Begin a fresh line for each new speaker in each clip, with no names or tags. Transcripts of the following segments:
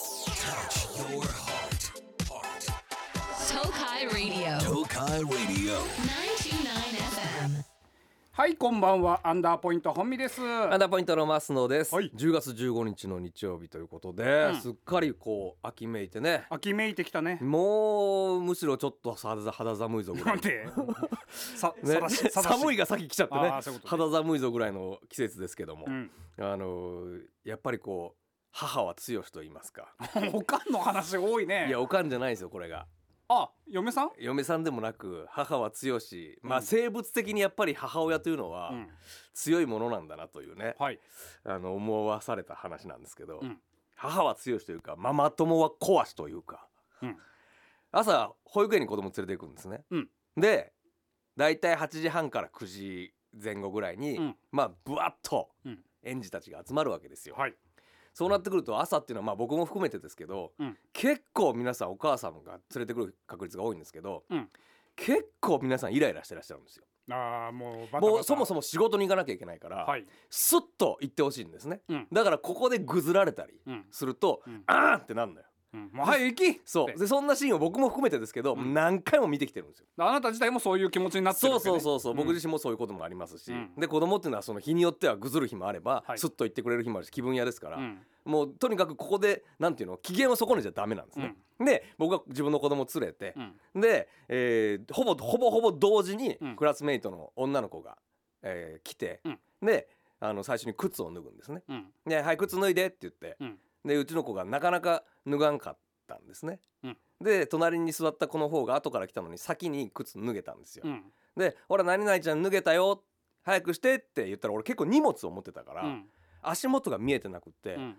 Touch your heart. Heart.
Tokai Radio.
Tokai Radio.
929 FM.
はい、こんばんは。アンダーポイント本美です。
アンダーポイントのマスノです、
はい
10月15日の日曜日ということで、
うん
すっかりこう秋めいてね
秋めいてきたね。
もうむしろちょっと肌肌寒いぞぐら
ないん、で。さ、
ね
さらし、さらし
寒い。が先来ちゃってね
あーそういうことね
肌寒いぞぐらいの季節ですけども、
うん。
あのーやっぱりこう母は強しと言いますか
おかんの話多いね。
いやおかんじゃないですよこれが
あ、嫁さん。
嫁さんでもなく母は強しま
う
あ
ん
生物的にやっぱり母親というのは
うん。
強いものなんだなというね、
はい。
あの思わされた話なんですけど、
うん
母は強しというかママ友は壊しというか
うん。
朝保育園に子供連れて行くんですね、
うん
で大体8時半から9時前後ぐらいに、
うん
まあぶわっと
うん
園児たちが集まるわけですよ、
はい。
そうなってくると朝っていうのはまあ僕も含めてですけど、
うん
結構皆さんお母さんが連れてくる確率が多いんですけど、
うん
結構皆さんイライラしてらっしゃるんですよ
ああ、もうバタバタ。
もうそもそも仕事に行かなきゃいけないから、
はい。
スッと行ってほしいんですね、
うん
だからここでぐずられたり
うん。
すると、
うん
あーってなんだよ
うん。もうはい、行き。
そうでそんなシーンを僕も含めてですけど、
うん
何回も見てきてるんですよ
あなた自体もそういう気持ちになってる
そ
わ
う
けね。
そうそうそう、僕
身。
自身もそういうこともありますし、
うん
で子供っていうのはその日によってはぐずる日もあれば、
はい
スッと言ってくれる日もあるし気分屋ですから、
うん。
もうとにかくここでなんていうの機嫌を損ねちゃダメなんですね。で僕は自分の子供を連れて
う、ん。
で、えーほぼほぼほぼ同時に
うん
クラスメイトの女の子が、えー来て、
うん
であの最初に靴を脱ぐんですね。
うん。
で「はい靴脱いで」って言って、
うん
でうちの子がなかなか脱がんかったんですね。
うん
で隣に座った子の方が後から来たのに先に靴脱げたんですよ。
うん。
で「ほら何々ちゃん脱げたよ早くして」って言ったら俺結構荷物を持ってたから、
うん。
足元が見えてなくって、
うん。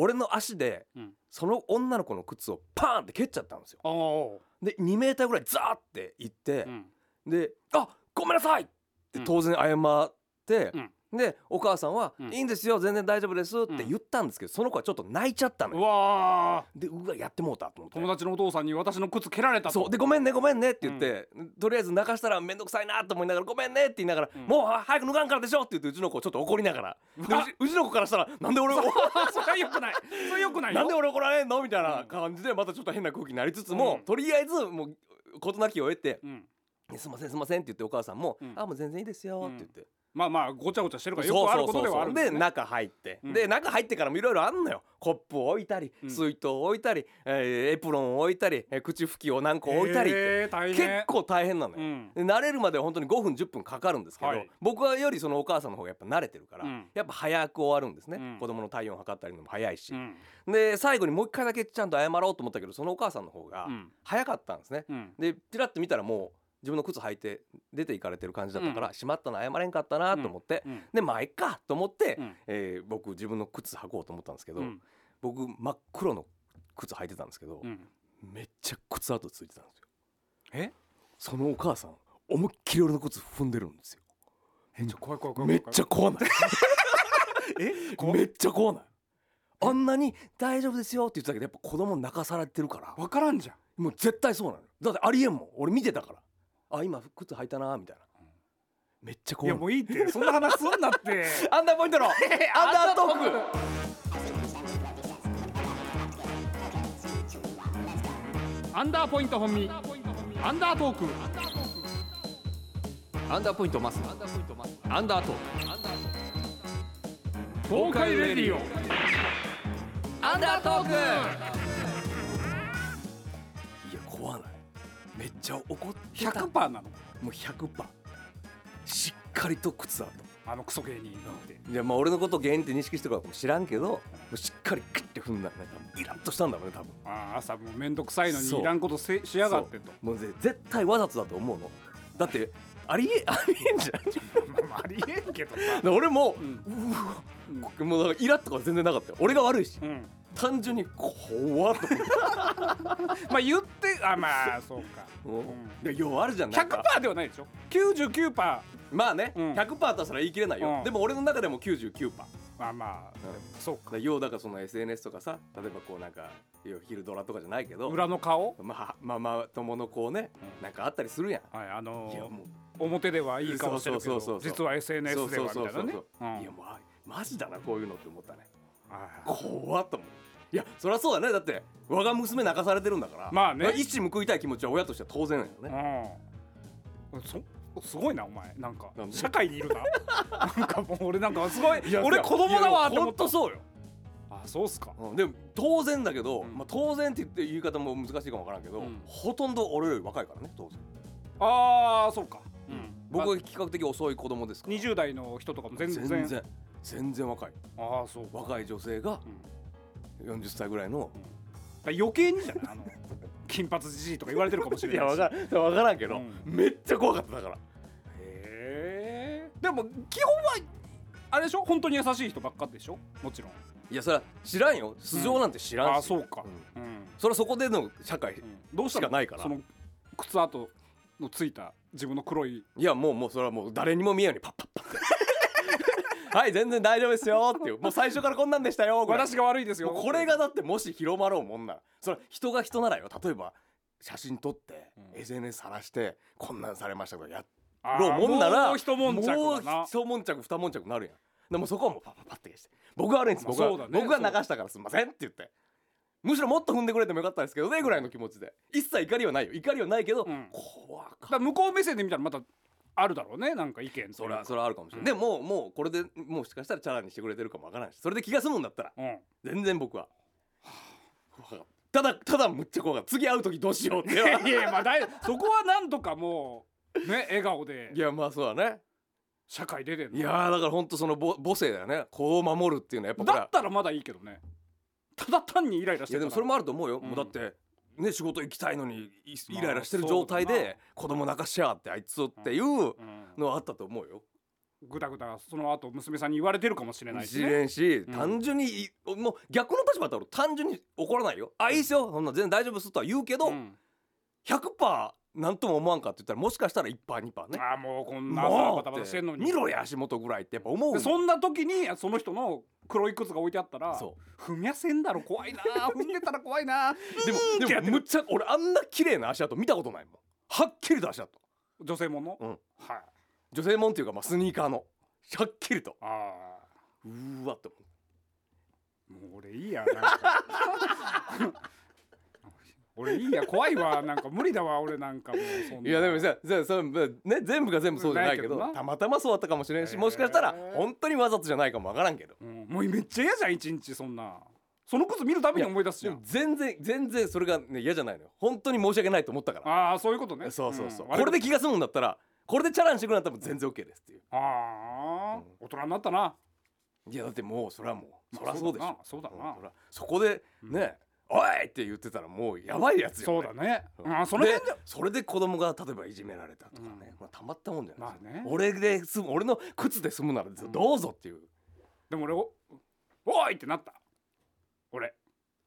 俺の足で、
うん
その女の子の靴をパーンって蹴っちゃったんですよ。
おお。
で2メーターぐらいザーって行って、
うん。
で「あごめんなさい!」って当然謝って、でお母さんは「
うん
いいんですよ全然大丈夫です」って言ったんですけどその子はちょっと泣いちゃったの
う
よ。
わあ。
でうわやってもうたと思って
友達のお父さんに私の靴蹴られたと。
そうでごめんねごめんねって言って、とりあえず泣かしたら面倒くさいなと思いながらごめんねって言いながら、
うん
もうは早く脱がんからでしょって言ってうちの子ちょっと怒りながらでう
わ
ちうちの子からしたらなんで俺を
それは良くない。それは良くないよ。
なんで俺怒られんのみたいな感じでまたちょっと変な空気になりつつも、
うん
とりあえずもう事なきを得て
うん。
「すいませんすいません」って言ってお母さんも「
うん
あもう全然いいですよ」って言って、
まあまあごちゃごちゃしてるからよくあることではあるん
で
ね。
中入って、
うん
で中入ってからもいろいろあんのよコップを置いたり、
うん
水筒を置いたり、えーエプロンを置いたり、えー口拭きを何個置いたりって、
へー大変
結構大変なのよ、
うん
で慣れるまで本当に5分10分かかるんですけど、
はい
僕はよりそのお母さんの方がやっぱ慣れてるから、
うん
やっぱ早く終わるんですね、
うん
子供の体温測ったりのも早いし
う、ん
で最後にもう一回だけちゃんと謝ろうと思ったけどそのお母さんの方が
うん
早かったんですね、
うん
でピラッと見たらもう自分の靴履いて出て行かれてる感じだったから、しまったな謝れんかったなと思って、
うん
でまあいっかと思って、
うん
えー僕自分の靴履こうと思ったんですけど、
うん
僕真っ黒の靴履いてたんですけど、
うん
めっちゃ靴跡ついてたんですよ
え
そのお母さん思いっきり俺の靴踏んでるんですよ
えちょ怖い怖い怖い怖い
めっちゃ怖ない
え怖い
めっちゃ怖ないあんなに「大丈夫ですよ」って言ってたけどやっぱ子供泣かされてるから
わからんじゃん
もう絶対そうなのよだってありえんもん俺見てたからあ今靴履いたなみたいなめっちゃ
い
怖
や
い
もういいってそんな話すんなって
アンダーポ イントのアンダートーク
アンダーポイント本身アンダートーク
アンダーポイントマスアンダートーク
東海レディオ
アンダートークいや怖ないめっちゃ怒ってた
100パーなの
もう100パーしっかりと靴跡
あのクソ芸人って
いやまあ俺のことを原因って認識してるから知らんけどもうしっかりクッて踏んだんだね多分イラッとしたんだろうね多分
あー朝もうめんどくさいの
そ
に
う
いらんことせしやがってと
そうもうぜ絶対わざとだと思うのだってありえありえんじゃ
まあありえんけどさ
ん俺も、
う
うんわもうだからイラッとか全然なかったよ俺が悪いし
うん
単純に怖っと思
ま
っ
あ言ってあまあそうか
たもういやようあるじゃんなん
100パ
か
ーではないでしょ99パ
まあね、
うん
100%とはそれは言い切れないよ、
うん
でも俺の中でも99%だか
ーまあまあでもそうから
ようだからその SNS とかさ例えばこうなんかよ昼ドラとかじゃないけど
裏の顔
まあ、ママ友の子ね、
うん
なんかあったりするやん。
はいあの
いや
ー
もう
表ではいい顔してるけ
そ
ど
うそうそうそう
実は SNS ではみたいなね
そうそうそうそういやもうあマジだなこういうのって思ったね。
うんあー
怖っと思う。いやそりゃそうだねだって我が娘泣かされてるんだから
まあね
一矢報いたい気持ちは親としては当然だよね、
うんそすごいなお前なんか
なんで
社会にいるな なんかもう俺なんかすごい
いや
俺子供だわ
い
と
や
思
ほ
っ
ん
た
とそうよ
あそうっすか
うんでも当然だけど、
うん
まあ、当然って言って言い方も難しいかもわからんけど、
うん
ほとんど俺より若いからね当然
ああそうか、
僕
ま
は比較的遅い子供です
あ
から
20代の人とかも全然
全然全然若い
ああそうか
若い女性が40歳ぐらいの
だから余計にじゃないあの 金髪じじいとか言われてるかもしれないし
らん分からんけ
うん
めっちゃ怖かっただから
へえでも基本はあれでしょ本当に優しい人ばっかでしょもちろん
いやそれは知らんよ素性なんて知らんし、
ああそうか
ん
うん、
それはそこでの社会、
うんどうした
しかないから
その靴跡のついた自分の黒い
いやもうもうそれはもう誰にも見えようにパッパッパッ はい全然大丈夫ですよっていうもう最初からこんなんでしたよぐらい
私が悪いですよ
もうこれがだってもし広まろうもんならそれは人が人ならよ例えば写真撮って、
うん
SNS 晒してこんなんされましたとかやっ
あー
ろうもんなら
もう一悶着だな
もう一悶着二悶着なるやんでもそこはもうパッパッパッてして僕が悪いんです、
まあ
僕は
そうだね
僕が流したからすんませんって言ってむしろもっと踏んでくれてもよかったですけどねぐらいの気持ちで一切怒りはないよ怒りはないけど、
うん
怖か
だから向こう目線で見たらまたあるだろうねなんか意見というか
それはそれはあるかもしれ
うん
ない、でももうこれでもしかしたらチャラにしてくれてるかもわからないしそれで気が済むんだったら
うん
全然僕は怖かったただただむっちゃ怖かった次会う時どうしようっ てい
いやいやまあだいそこはなんとかもうね笑顔で
やまあそうだね
社会出てる
いやーだからほんとその母母性だよね子を守るっていうのはやっぱこれ
だ
は
ったらまだいいけどねただ単にイライラして
いや
る
でもそれもあると思うよ、
うん
もうだってね仕事行きたいのにい
まあ
イライラしてる状態
そうだな
で子供泣かしやがってあいつをっていうのはあったと思うよ
ぐだぐだその後娘さんに言われてるかもしれないし、
一
ね、
連し、
うん
単純にいもう逆の立場だったら単純に怒らないよあいいっすよそんな全然大丈夫っすとは言うけど、
うん
100%なんとも思わんかって言ったらもしかしたら 1%2% ね
ああもうこんな朝
も
バタバ
う
タ
っ
して
て
んのに
見ろや足元ぐらいってやっぱ思う
で
もん
そんな時にその人の黒い靴が置いてあったら
そ
踏みやせんだろ怖い なあ踏んでたら怖いなあ
でも
うんってや
で
って
も
る
むっちゃ俺あんな綺麗な足跡見たことないもんはっきりと足跡
女性もの、
うん
はい
女性もんっていうかまあスニーカーのはっきりと
ああ
うーわって思う
もう俺いいやなんか 俺いいや怖いわなんか無理だわ俺なんかもうそんない
やでもさささね全部が全部そうじゃないけど
ないけどな
たまたまそうだったかもしれん
へ
し
ー
もしかしたら本当にわざとじゃないかもわからんけど
うんもうめっちゃ嫌じゃん一日そんなその靴見るたびに思い出すじ
で
ゃ
も
ん
全然全然それがね嫌じゃないのよ本当に申し訳ないと思ったから
ああそういうことね
そうそうそう、
ん悪い
これで気が済むんだったらこれでチャランしてくれなったらもう全然 OK ですっていう
ああ、大人になったな。
いやだってもうそれはもうそりゃそうでしょ
そうだ
うん
な
そ。らそこでね、おいって言ってたらもうやばいやつよ、
そうだね。
うん
ああ、その辺
でそれで子供が例えばいじめられたとかね、まあ、たまったもんじゃないですよ、
まあね
俺で済む俺の靴で済むならどうぞっていう、
でも俺お、おいってなった。俺。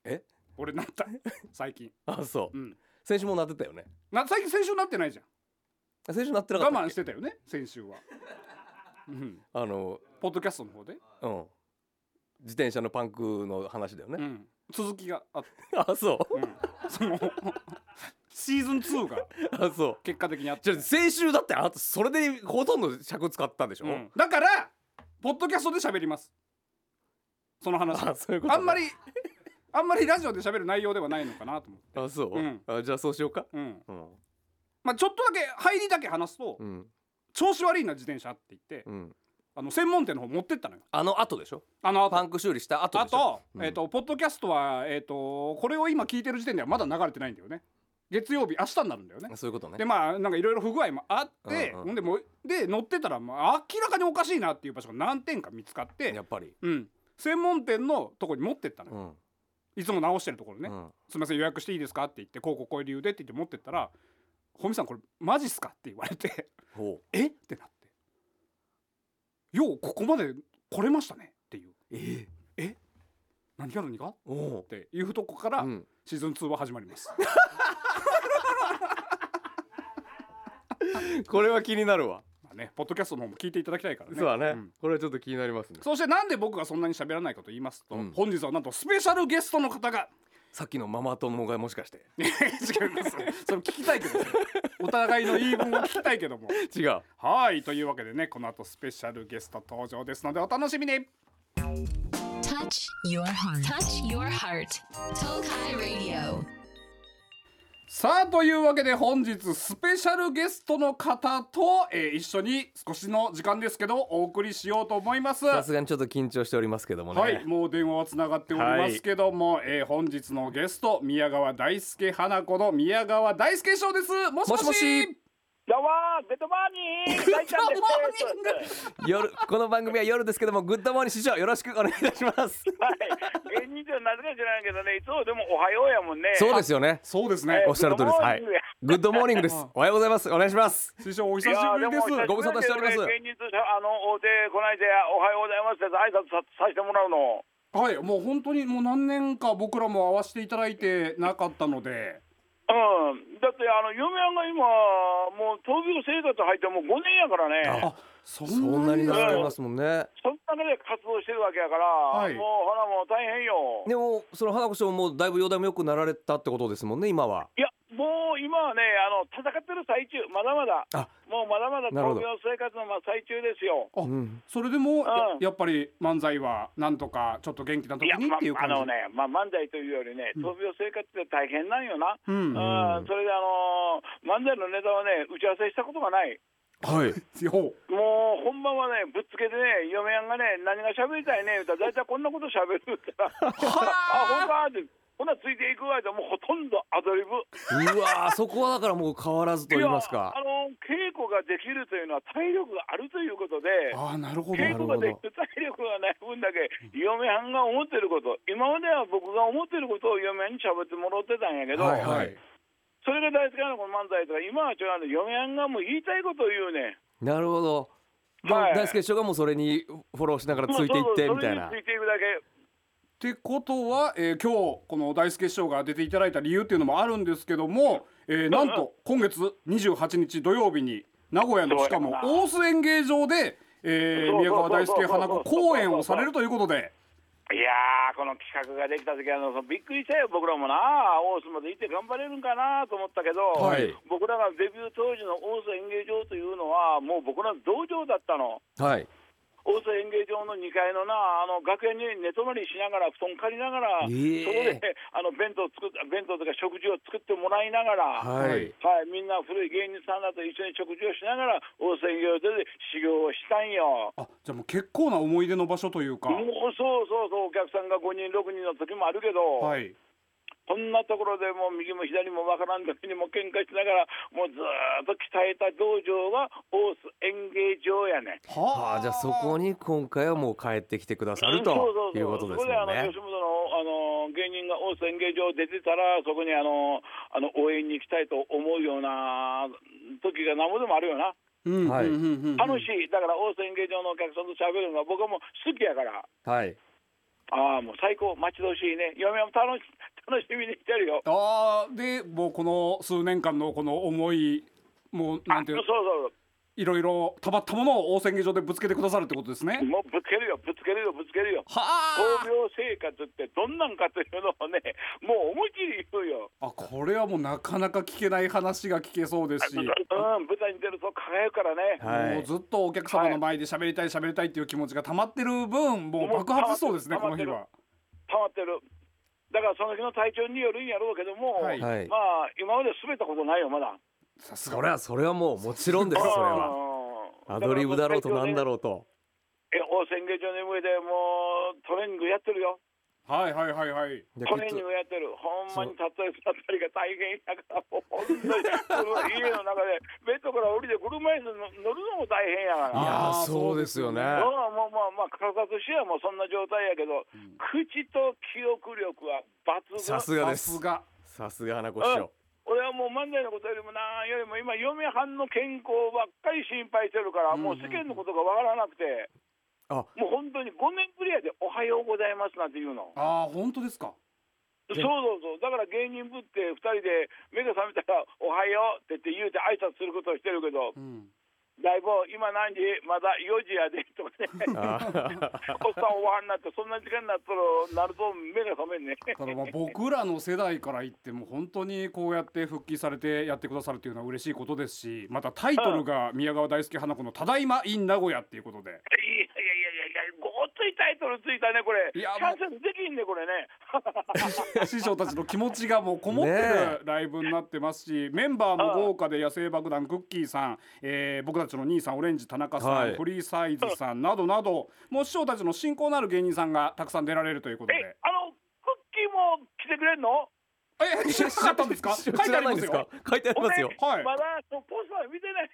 え
俺なった。最近。
あそう、
うん。
先週もなってたよね
な最近先週なってないじゃん。
先週なってなかった
我慢しててたよね、先週は。うん。
あの
ポッドキャストの方で。
うん自転車のパンクの話だよ
う
ね、
ん。続きがあって。
あそう
うん。そのシーズン2が
あそう
結果的にあって
じゃ。あ先週だってあなたそれでほとんど尺使ったんでしょ、
うんだからポッドキャストで喋ります。その話。
あそういうことね
あんまりあんまりラジオで喋る内容ではないのかなと思って。
あそう、
うん
あじゃあそうしようか
うん。
うん
まあちょっとだけ入りだけ話すと、
うん
調子悪いな自転車って言って、
うん
あの専門店の方持ってったのよ。
あの後でしょ
あの後
パンク修理した後
あ
でしょ
と、えっ、とポッドキャストはえっ、とこれを今聞いてる時点ではまだ流れてないんだよね。月曜日明日になるんだよね。
そういうことね
でまあなんかいろいろ不具合もあって、
うんうん
ほんでもうで乗ってたらまあ明らかにおかしいなっていう場所が何点か見つかって
や、っぱり
うん、専門店のとこに持ってったのよ。
ん
いつも直してるところね。
うん
すみません予約していいですかって言ってこうこうこういう理由でって言って持ってったら「ホミさんこれマジっすか?」って言われて
ほう
「えっ?」てなって「ようここまで来れましたね」っていう
え
「え何が何が?」っ
おお
ていうとこから、
うん
シーズン2は始まり ます。
これは気になるわ
まあねポッドキャストの方も聞いていただきたいからね。
そうだね、
ん
これはちょっと気になりますね
そしてなんで僕がそんなに喋らないかと言いますと、
うん
本日はなんとスペシャルゲストの方が
さっきのママ友がもしかして
違いますそれ聞きたいけ どお互いの言い分を聞きたいけども
違う
はいというわけでねこの後スペシャルゲスト登場ですのでお楽しみに
Touch your heart. Touch your heart. Tokai Radio.
さあというわけで本日スペシャルゲストの方と、えー一緒に少しの時間ですけどお送りしようと思います。
さすがにちょっと緊張しておりますけどもね、
はい、もう電話はつながっておりますけども、えー本日のゲスト宮川大輔花子の宮川大輔賞です。もしもし。
もしもし
どうもーグッドモーニング大ちゃんです。
夜この番組は夜ですけどもグッドモーニング師匠よろしくお願いいたします
はい。芸人ってなぜか知らないけどね、いつもでもおはようやもんね。
そうですよね
そうです
え
ね
ー
おっしゃる通りですはいグッドモーニングです
うん
おはようございますお願いします
師匠お久し
いやー
ぶり
で
です
も。
ご無沙汰しております
久ぶね芸人としてあのでこないでおはようございますって挨拶ささせてもらうの。
はい、もう本当にもう何年か僕らも会わせていただいてなかったので。
うん。だってあの嫁やんが今もう闘病生活入ってもう5年やから
あ、
ね。
そ
そんなにな
長
さ
い
れますもんね
そんな中で活動してるわけやから、
い
もうほらもう大変よ。
でもその花子師匠もだいぶ容体も良くなられたってことですもんね今はい
や、もう今はね、あの戦ってる最中、まだまだ
あ、
もうまだまだ
なるほ
闘
ど
病生活の真っ最中ですよ。
あ、
ん
それでもや
うん
やっぱり漫才はなんとかちょっと元気な時
いや、
に
ま
っていう
あ
感じ。
のね、まあ、漫才というよりね、闘病生活って大変なんよな。
うん
うんそれであのー漫才のネタはね、打ち合わせしたことがない。
はい
よ
もう本番はね、ぶっつけてね、嫁やんがね、何が喋りたいね、言うたら、大体こんなこと喋るって言ったら、あ、ほんかって、ほなついていくわ、言うたらもうほとんどアドリブ。
うわーそこはだからもう変わらずと言いますか
いやあのー稽古ができるというのは体力があるということで
う。、ああ、なるほど。
稽古ができる体力がない分だけ、嫁はんが思ってること、今までは僕が思ってることを嫁はんに喋ってもらってたんやけど、
はいはい
それが大好きなのこの漫才とか、今は違うの、嫁はんがもう言いたいことを言うねん。
なるほどでも
はい
大輔師匠がもうそれにフォローしながらついていってみたいな
そうそうそれについていくだ
っ
け。
てことは、えー今日この大輔師匠が出ていただいた理由っていうのもあるんですけども、えーなんと今月28日土曜日に名古屋のしかも
そうや
大
な
須演芸場で、えー
そうそうそう
宮川大輔花子
そうそうそう
公演をされるということで
いやー、この企画ができた時はあのそのびっくりしたよ、僕らもな、大須まで行って頑張れるんかなと思ったけど、
はい
僕らがデビュー当時の大須演芸場というのは、もう僕らの道場だったの。
はい
大須演芸場の2階のな、あの楽屋に寝泊まりしながら、布団借りなが
え
ら、
え
そこで あの弁当作っ弁当とか食事を作ってもらいながら、
は
は
いい
はい、みんな古い芸人さんらと一緒に食事をしながら、大須演芸場で修行をしたんよ。
あじゃあもう結構な思い出の場所というか、
もうそうそうそう、お客さんが5人、6人の時もあるけど、
はい、
こんなところでもう右も左もわからん時にも喧嘩しながら、もうずーっと鍛えた道場は大須演芸場やねん。
はあじゃあそこに今回はもう帰ってきてくださるということですもんね
そこであの吉本のあの芸人が大須演芸場出てたら、そこにあのあの応援に行きたいと思うような時が何もでもあるよな、
うん
はい
うんうんうん
楽しい、だから大須演芸場のお客さんと喋るのが僕はもう好きやか
は
ら、
い
ああ、もう最高、待ち遠しいね、嫁も楽し楽しみにしてるよ。
あーでもうこの数年間のこの思いもうなんてい
そううそう
いろいろたまったものを大宣芸場でぶつけてくださるってことですね。
もうぶつけるよ、ぶつけるよ、ぶつけるよ。闘
は
病生活ってどんなんかというのをね、もう思いっきり言うよ。
ああこれはもうなかなか聞けない話が聞けそうですし、
うん、舞台に出ると輝くからね。
は
も
いう
ずっとお客様の前で喋りたい喋りたいっていう気持ちが溜まってる分もう爆発しそうですねこの日は。
溜まってる。だからその日の体調によるんやろうけども、
はい
はい
まあ、今まで滑ったことないよ、まだ。
さすが
それはそれはもうもちろんですそれは
うん
アドリブだろうとなんだ
う。
ろうと
え、大宣芸場の上でもうトレーニングやってるよ。
はいはいはいはい。
じゃ
ト
あ
レ
きっ
ーニン
と
グやってる。ほんまに立ったり座ったりが大変やから、もう本当に、その家の中で、ベッドから降りて車椅子に乗るのも大変
い
やか
や
ら。
あー
ーそうですよね
うんもうまあまあ観察しやもうそんな状態やけど、口と記憶力は抜群
さすが
さ
ですす
が。
さすが花子師匠
俺はもう漫才のことよりもなんよりも今嫁はんの健康ばっかり心配してるから、もう世間のことがわからなくて
あ
もう本当に5年ぶりやで「おはようございます」なんて言うの
ああ本当ですか。
そうそうそうだから芸人ぶって2人で目が覚めたら「おはよう」って言って言うて挨拶することをしてるけど
うん。
「だいぶ今何時まだ4時やで」とかね おっさんおわんになってそんな時間になったらなると目が覚めんね
だからまあ僕らの世代から言っても本当にこうやって復帰されてやってくださるっていうのは嬉しいことですしまたタイトルが宮川大輔花子の「ただいま in 名古屋」っていうことで
いやいやいやいや、ごっついタイトルついたねこれ
いや
キャンセルできんねこれね
師匠たちの気持ちがもうこもって
ね
るライブになってますし、メンバーも豪華で野生爆弾クッキーさん、えー僕たちの兄さんオレンジ田中さん、
はい
フリーサイズさんなどなどもう師匠たちの親交のある芸人さんがたくさん出られるということ
え
で
あのクッキーも来てくれんの
え知らなかったんです か書い
知
てあ
ら
り
な
ま
いん
す
です
よ
か書いてありますよ
俺
はい
まだそのポスター見てないね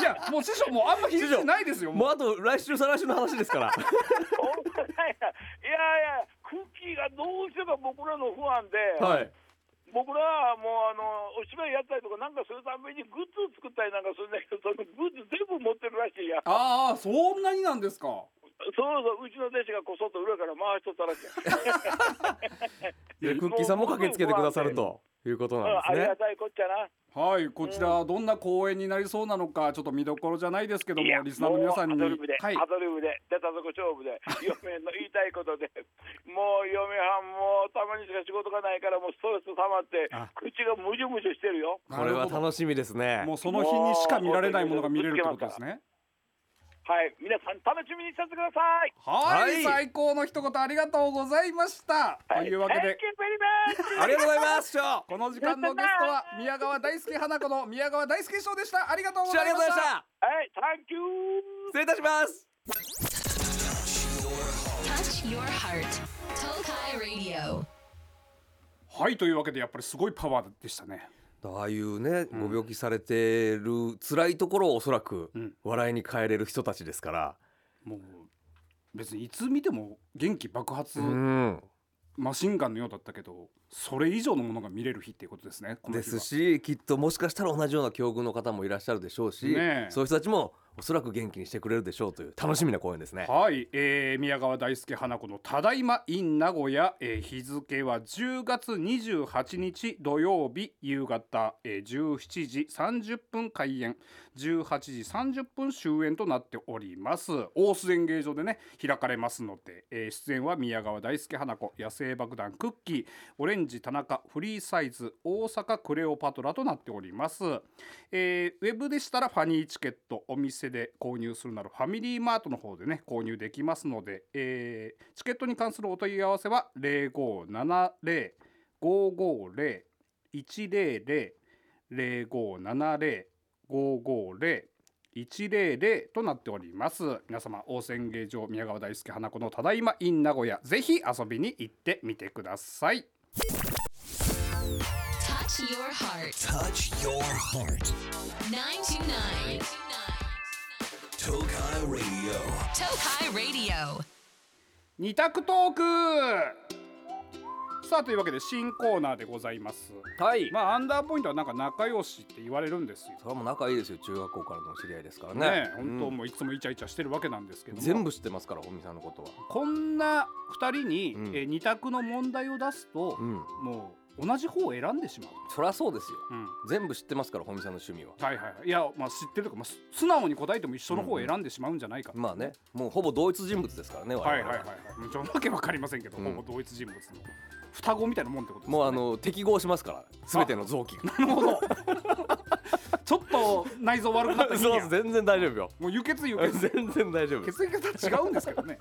いやいやもう師匠もうあんま肘じないですよ
も
も
う
う
あと来週再来週の話ですか ら
ほんまなんやいやいやクッキーがどうしても僕らのファンで、
はい
僕らはもうあのお芝居やったりとかなんかするためにグッズ作ったりなんかするんだけどそのグッズ全部持ってるらしいや
ああそんなになんですか
そうそううちの弟子がこそっと裏から回しとったらしい
いやクッキーさんも駆けつけてくださるということ
うん
なん
あり
ですね
がたいこっちゃな
はいこちらどんな公演になりそうなのかちょっと見どころじゃないですけど
いや
もリスナーの皆さんに
もうアドリブで、
はい
アドリブで出たとこ 勝負で嫁の言いたいことでもう嫁はんもうたまにしか仕事がないからもうストレス溜まって
あ
口がムジュムジュしてるよ
これは
なるほ
楽しみです
ど
ね
もうその日にしか見られないものが見れるってことですね
はい皆さん楽しみにさせてください
はい、
はい
最高の一言ありがとうございました、というわけで
Thank you very much!
ありがとうございます師匠あ
この時間のゲストは宮川大輔花子の宮川大輔賞でしたありがとうご
りが
ざい
とう
ま
ござ
し
いましたた
はい Thank you!
失礼いたします
Touch your heart. Tokai Radio.
はいというわけでやっぱりすごいパワーでしたね
ああいうねご病気されてる辛いところをおそらく
うん
笑いに変えれる人たちですから
もう別にいつ見ても元気爆発、
うん
マシンガンのようだったけどそれ以上のものが見れる日っていうことですねこの
で
日は
すしきっともしかしたら同じような境遇の方もいらっしゃるでしょうし
ねえ
そういう人たちもおそらく元気にしてくれるでしょうという楽しみな公演ですね
はい、えー宮川大輔花子の「ただいま in 名古屋」えー日付は10月28日土曜日夕方、えー17時30分開演18時30分終演となっております大須演芸場でね開かれますので、えー出演は宮川大輔花子野生爆弾クッキーオレンジ田中フリーサイズ大阪クレオパトラとなっております、えーウェブでしたらファニーチケットお店で購入するならファミリーマートの方でね購入できますので、えーチケットに関するお問い合わせは0570-550-100 0570-550-100 100となっております皆様大仙芸場宮川大輔花子のただいま in 名古屋ぜひ遊びに行ってみてください
Touch your heart.
Touch your heart.
929.
Tokai Radio.
Tokai Radio.
二択トークさあというわけで新コーナーでございます
はい
まあアンダーポイントはなんか仲良しって言われるんですよ
それはもう仲いいですよ中学校からのお知り合いですからね
ねえ本
う
当
ん
もういつもイチャイチャしてるわけなんですけども
全部知ってますから本見さんのことは
こんな二人に、
うん
えー二択の問題を出すと、
うん
もう同じ方を選んでしまう、
そりゃそうですよ
うん、
全部知ってますから本見さんの趣味は
はいはいはいいやまあ知ってるとか、まあ、す素直に答えても一緒の方を選んでしまうんじゃないかと、
まあねもうほぼ同一人物ですからね我々
はいはいはいはいちょっとわけわかりませんけど、
うん
ほぼ同一人物の双子みたいなもんってことですかね
もうあの適合しますから全ての臓器が
なるほどちょっと内臓悪くなった日に
そう
は
全然大丈夫よ
もう輸血輸血
全然大丈夫です
血液型違うんですけ どね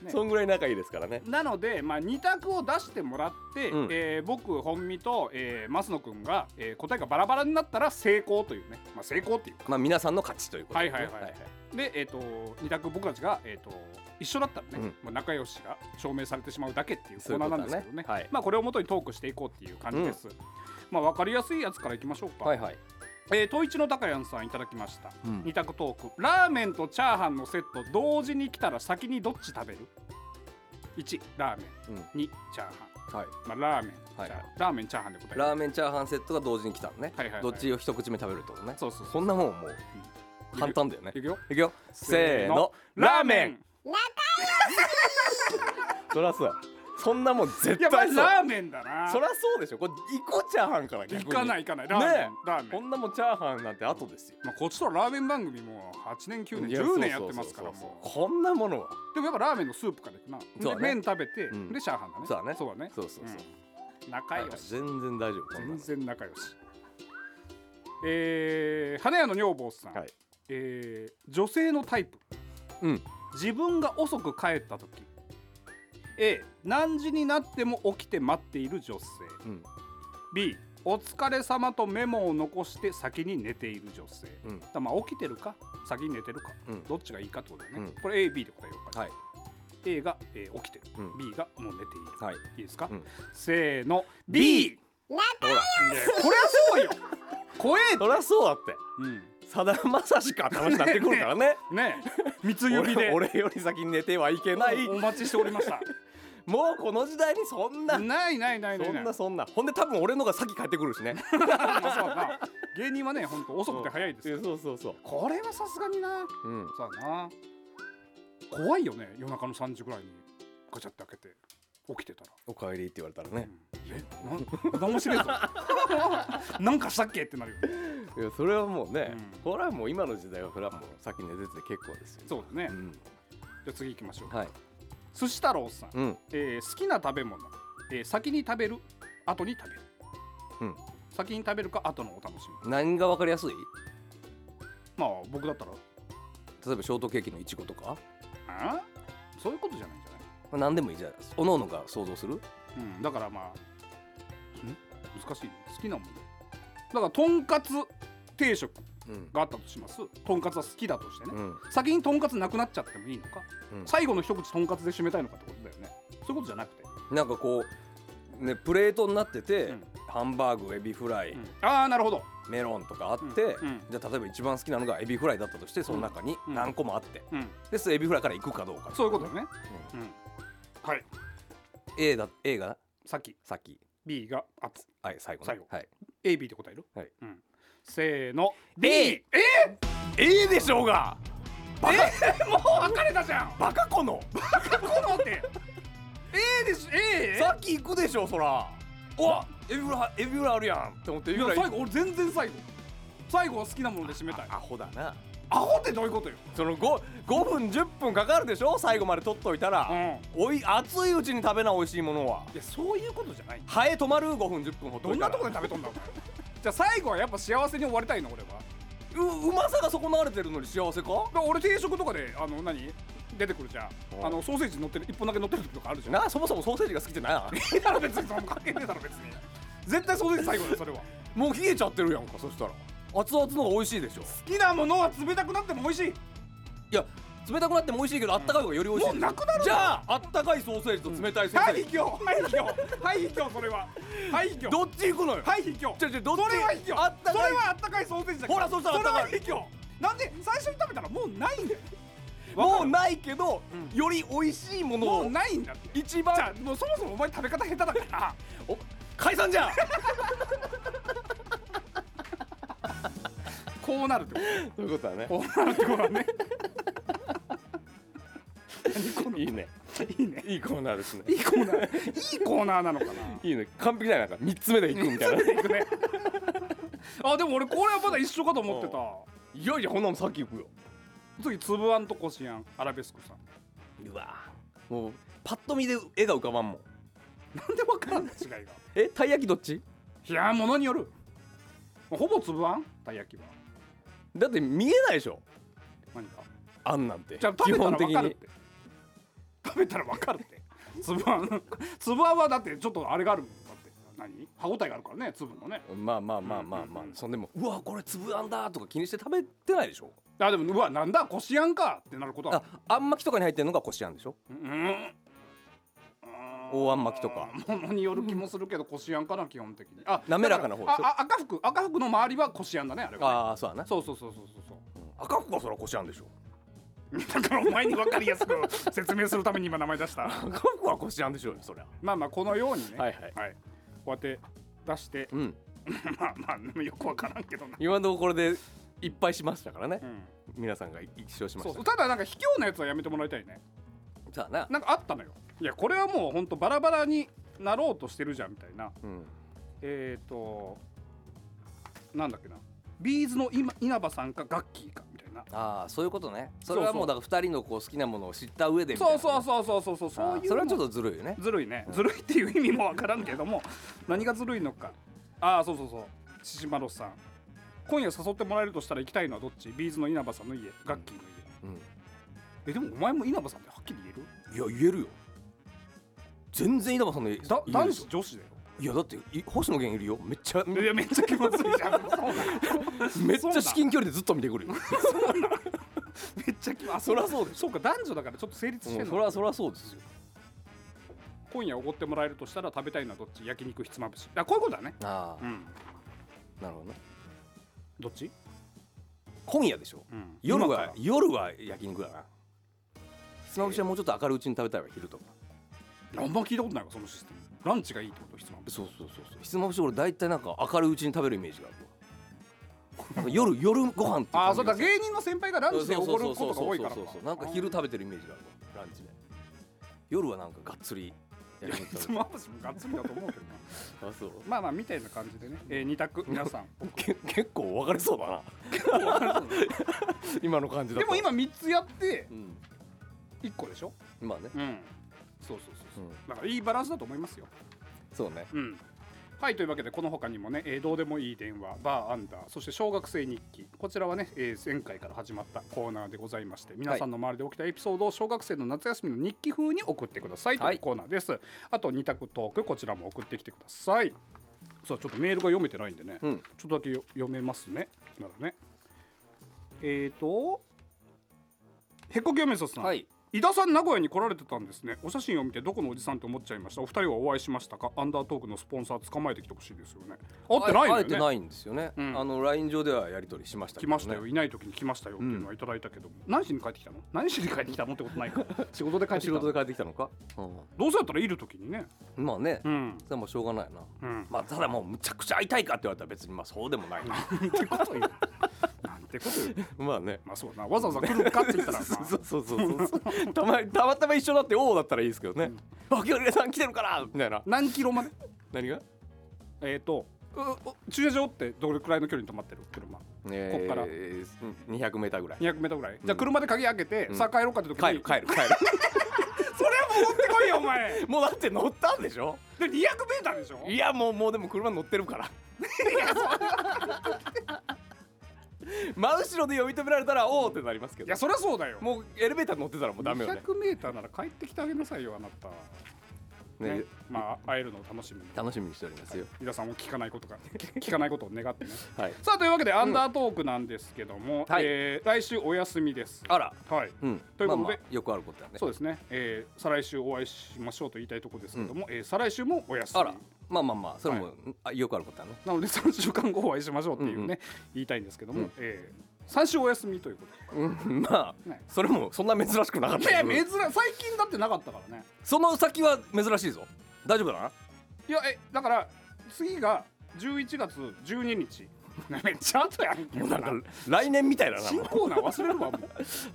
ね
そんぐらい仲いいですからね
なので、まあ、2択を出してもらって、
うん
えー僕本身と、えー、増野くんが、えー答えがバラバラになったら成功というね、まあ、成功っていうか
まあ皆さんの勝ちということですね
はいはいはいで、えー、と2択僕たちが、えー、と一緒だったらね、
うん
まあ、仲良しが証明されてしまうだけっていうコ
そうい
ー
う
ナ
こ
ー
と
なん
だね
ですけどね
はい
まあ、これをもとにトークしていこうっていう感じです、まあ、分かりやすいやつからいきましょうか、
はいはい
えー、統一の高谷さんいただきました、
うん
二択トークラーメンとチャーハンのセット同時に来たら先にどっち食べる1ラーメ
うん
ン2チャーハ
はい
ン、まあ、ラーメン、
はい
チャーハンラーメンチャーハンで答える
ラーメンチャーハンセットが同時に来たのね
はいはいはい
どっちを一口目食べるってことね
そうそうそう
こんなもんもう簡単だよね
いくよ
いくよせーのそらそうそんなもん絶
やっぱ
対
り
そう
ラーメンだな
そらそうでしょこれイコチャーハンから逆
行
に
かない行かないラーメン、
ね
ラーメ
こ
ン、
んなもんチャーハンなんて後ですよ
まあ、こっちとラーメン番組も8年9
い
年
や
10年やってますから
そうそう
も
そうそうこんなものは
うでもやっぱラーメンのスープからいくな、
そうだ
で
ね
麺食べて、
うん
でチャーハンだね
そうだね
そうだね
そうそうそう
うん仲良し、
全然大丈夫こん
全
なの
然仲良しえー、花屋の女房さん、
はい
えー女性のタイプ
うん
自分が遅く帰った時 A 何時になっても起きて待っている女性
うん
B お疲れ様とメモを残して先に寝ている女性、
うん
だからまあ起きてるか先に寝てるか、
うん
どっちがいいかってことだよね、
うん
これ AB で答えようか、
はい
A が、えー起きてる、
うん
B がもう寝ている、
はい
いいですか、
うん
せーの B
ほら
ねこれはそうよ怖えって
そりゃそうだって
うん
さだまさしかって話になってくるから ね
ねえ三つ指で
俺俺より先に寝てはいけない
おお待ちしておりました
もうこの時代にそんな
ないないないない
そん
ま
なそんなほんで多分俺のが先帰ってくるし ね
あそうだな芸人はね本当遅くて早いですから
そうそうそう
これはさすがにな
うん
そうだな怖いよね夜中の3時ぐらいにガチャって開けて起きてたら
おかえりって言われたらね
えな何もしねえぞ なんかしたっけってなるよね
いやそれはもうね、
うん
これはもう今の時代はそれはもう先寝てて結構ですよ
そうだね、
う
じ
ん
ゃあ次行きましょう、
はい
寿司太郎さん、
うん
えー好きな食べ物、えー先に食べる後に食べる、
うん
先に食べるか後のお楽しみ
何がわかりやすい
まあ僕だったら
例えばショートケーキのいちごとか、
あそういうことじゃないんじ
まあ、何でもいいじゃないですかおのおのが想像する
ゃない、うん、だからまあん難しいね好きなものだからとんかつ定食
うん
があったとしますとんかつは好きだとしてね、
うん
先にとんかつなくなっちゃってもいいのか、
うん
最後の一口とんかつで締めたいのかってことだよねそういうことじゃなくて、
なんかこうねプレートになってて、
うん
ハンバーグエビフライ、
うんああなるほど
メロンとかあって、
うんうん
じゃあ例えば一番好きなのがエビフライだったとしてその中に
うん
何個もあって、
うん
ですエビフライから行くかどうか
そういうことだね、うんはい
A, だ A が
先
先
B が後
はい最後ね
最後
はい
AB で答える、
はい
うん、せーの B
え A でしょうがバカ
別れたじゃん
バカこの
このって A です A
さっき行くでしょそらおエビフライエビフライあるやんって思ってエ
い
ビフ
や
ライ
最後俺全然最後最後は好きなもので締めたい
アホだな
アホってどういうことよ
その 5, 5分10分かかるでしょ最後まで取っといたら、
う
おい熱いうちに食べな美味しいものはい
やそういうことじゃない
ハエ止まる5分10分ほっと
ど
い
ん
た
な
ら
とこで食べとんだお前じゃあ最後はやっぱ幸せに終わりたいの俺は
ううまさが損なわれてるのに幸せか
だから俺定食とかであの何出てくるじゃん
うん
あのソーセージ乗ってる一本だけ乗ってる時とかあるじゃん
なあそもそもソーセージが好きじゃないやん
いいだろ別にその関係ねえだろ別に絶対ソーセージ最後だよそれは
もう冷えちゃってるやんかそしたら熱々の方が美味しいでしょ
好きなものは冷たくなっても美味しい
いや冷たくなっても美味しいけどあったかい方がより美味しいでしょ
もうなくなるよ
じゃああったかいソーセージと冷たいソーセ
は
ージ、
い卑怯はい卑怯はい卑怯それははい卑怯
どっち行くのよ
はい卑怯
ちょちょどっち
それは卑怯
あったかい
それはあったかいソーセージだけど
ほらそしたらあったかい
それは卑怯なんで最初に食べたらもうないんだよ
もうないけど、
うん
より美味しいもの
もう
を
ないんだって
一
じゃ
番
あもうそもそもお前食べ方下手だから
お解散じゃん
こうなるってこと
そういうことだね
こうなるってことだね
いいね
いいね
いいコーナーですね
いいコーナーいいコーナーなのかない
いね完璧だよなんか3つ目で行くみたい ない
いくねあでも俺これはまだ一緒かと思ってた
やいやこんなもん先行くよ
次つぶあんとこしあんアラベスクさん
うわもうパッと見で絵が浮かばんもん
なんでわからんの違いが
えたい焼きどっち
いやものによるほぼつぶあんたい焼きは
だって見えないでしょ
何か
あんなんて
じゃあ食べたら分かるって食べたら分かるってつぶあん つぶあんはだってちょっとあれがあるもんだって何歯応えがあるからね粒のね
まあまあまあまあまあ、
うんうんうん
そんでもうわこれ粒あんだとか気にして食べてないでしょ
あでもうわなんだこしあんかってなることは
ああん巻きとかに入ってるのがこしあんでしょ
うん
大あん巻きとか
ものによる気もするけどこしあんかな基本的にあ
滑らかな方
だらああ赤服赤服の周りはこしあんだねあれはね
ああそうだな
そうそうそうそうそうそう
赤服はそらこしあんでしょ
だからお前に分かりやすく説明するために今名前 出した
赤服はこしあんでしょうよそりゃ
まあまあこのようにね
はいはい
こうやって出して
うん
まあまあでもよく分からんけどな、
今のところこれでいっぱいしましたからね、
うん、
皆さんが一勝しま
そ
し
うそ
た
うただなんか卑怯なやつはやめてもらいたいね
じゃあな
なんかあったのよいやこれはもうほんとバラバラになろうとしてるじゃんみたいな
うん
えっ、ー、となんだっけなビーズの今稲葉さんかガッキーかみたいな
ああそういうことねそ
れ
れは
はも
も
う
うだから2人のこう好きなものを知った上でみたい
そ
な
うそうそうそうそうそうそういう
それはちょっ
と
とずるいよね
ずるいねずるいっていう意味もわからんけども何がずるいのかああそうそうそうシシマロスさん今夜誘ってもらえるとしたら行きたいのはどっちビーズの稲葉さんの家ガッキーの家
うん
えでもお前も稲葉さんってはっきり言える
いや言えるよ全然稲葉さんの言え
だ
言える
男
でしょ
子女子だよ
いやだってい星野源いるよめっちゃ
いやめっちゃ気まずい じゃん
めっちゃ至
き
近距離でずっと見てくるよ
めっちゃ気まずいあ
そらそうで
そうか男女だからちょっと成立し て
うんん
の
そらそらそうですよ
今夜おごってもらえるとしたら食べたいのはどっち焼肉ひつまぶしあこういうことだね
ああ
うん
なるほどね
どっち、
今夜でしょ
うん
夜
今か
は
ら
夜は焼肉だなひつまぶしはもうちょっと明るいうちに食べたいわ昼とか
あんま聞いたことないわそのシステムランチがいいってことひつまぶし
そうそうそうそうひつまぶし俺大体なんか明るいうちに食べるイメージがあるわなんか夜夜ご飯っていう感じが
ああそうだ芸人の先輩がランチでおごることが多いから
そうそうそうそうなんか昼食べてるイメージがあるわランチで夜はなんかがっつり
いや
焼
ひ
肉食
つ
べる
まぶしもがっつりだと思うけどな
あそう
まあまあみたいな感じでね、えー、2 択皆さん
け結構分かれそうだな今の感じだ
で
と
も今3つやって
うん
1個でしょ
まあね
うんそうそうそうそう、
うん
だからいいバランスだと思いますよ
そうね
うんはいというわけでこの他にもね、えーどうでもいい電話バーアンダーそして小学生日記こちらはね、えー前回から始まったコーナーでございまして皆さんの周りで起きたエピソードを小学生の夏休みの日記風に送ってくださいと
はい
いうコーナーです、あと2択トークこちらも送ってきてくださいさあちょっとメールが読めてないんでね、
うん
ちょっとだけよ読めますね。なるね。えーと、へっこきおめささん、
はい
井田さん名古屋に来られてたんですね。お写真を見てどこのおじさんと思っちゃいました。お二人はお会いしましたか。アンダートークのスポンサー捕まえてきてほしいですよね。会ってないんだよね。
会えてないんですよね、
うん
あの LINE 上ではやり取りしましたけど
来
ね
ましたよ。いない時に来ましたよっていうのはいただいたけども、何時に帰ってきたの？何時に帰ってきたのってことないか。 仕事で帰って
仕
きたの。
事で帰ってきたのか、
どうせだったらいる時にね。
うん、まあね、
う
そ
ん。
れはもうしょうがないな
うん。
まあただもうむちゃくちゃ会いたいかって言われたら別にまあそうでもないな
なんてこと言う。なんてこと言う。
まあね
まあそうだな。わざわざ来るかって言っ たら、まあ、
そうそうそうそうそう たまたまたま一緒だって王だったらいいですけどね「あ今日さん来てるから」みたいな
何キロまで？
何が
えー、とうお駐車場ってどれくらいの距離に止まってる車
え
こっから
ー、200メーターぐらい
200m ぐらい、じゃあ車で鍵開けて、さあ帰ろうかって時に
帰る帰る 帰る
それは戻ってこいよお前
もうだって乗ったんでしょ
で 200m でしょ
いやもうもうでも車乗ってるから真後ろで呼び止められたらおおってなりますけ
い
ど
やそりゃそうだよ
もうエレベーター乗ってたらもうダメよね
200m なら帰ってきてあげなさいよあなた、ね
ね
まあ会えるのを楽しみに
楽しみにしておりますよ
皆さんも聞かない ことが聞かないことを願ってね
はい
さあというわけでアンダートークなんですけども、
はい
えー来週お休みです
あら
はい、
うん
ということで
まあまあよくあることだね
そうですね、えー再来週お会いしましょうと言いたいところですけども、えー再来週もお休み
あらまあまあまあそれも、あよくあることだね
なので3週間後お会いしましょうっていうね、
うんうん
言いたいんですけども、
うん
え3週お休みということで。
うんまあ、
ね
それも そんな珍しくなかった
いや
けど
珍最近だってなかったからね。
その先は珍しいぞ大丈夫だない
やえだから次が11月12日。 ねめっちゃ後やんけ。
もうなんか来年みたいだな
新
も
コーナー忘れるわもう。
う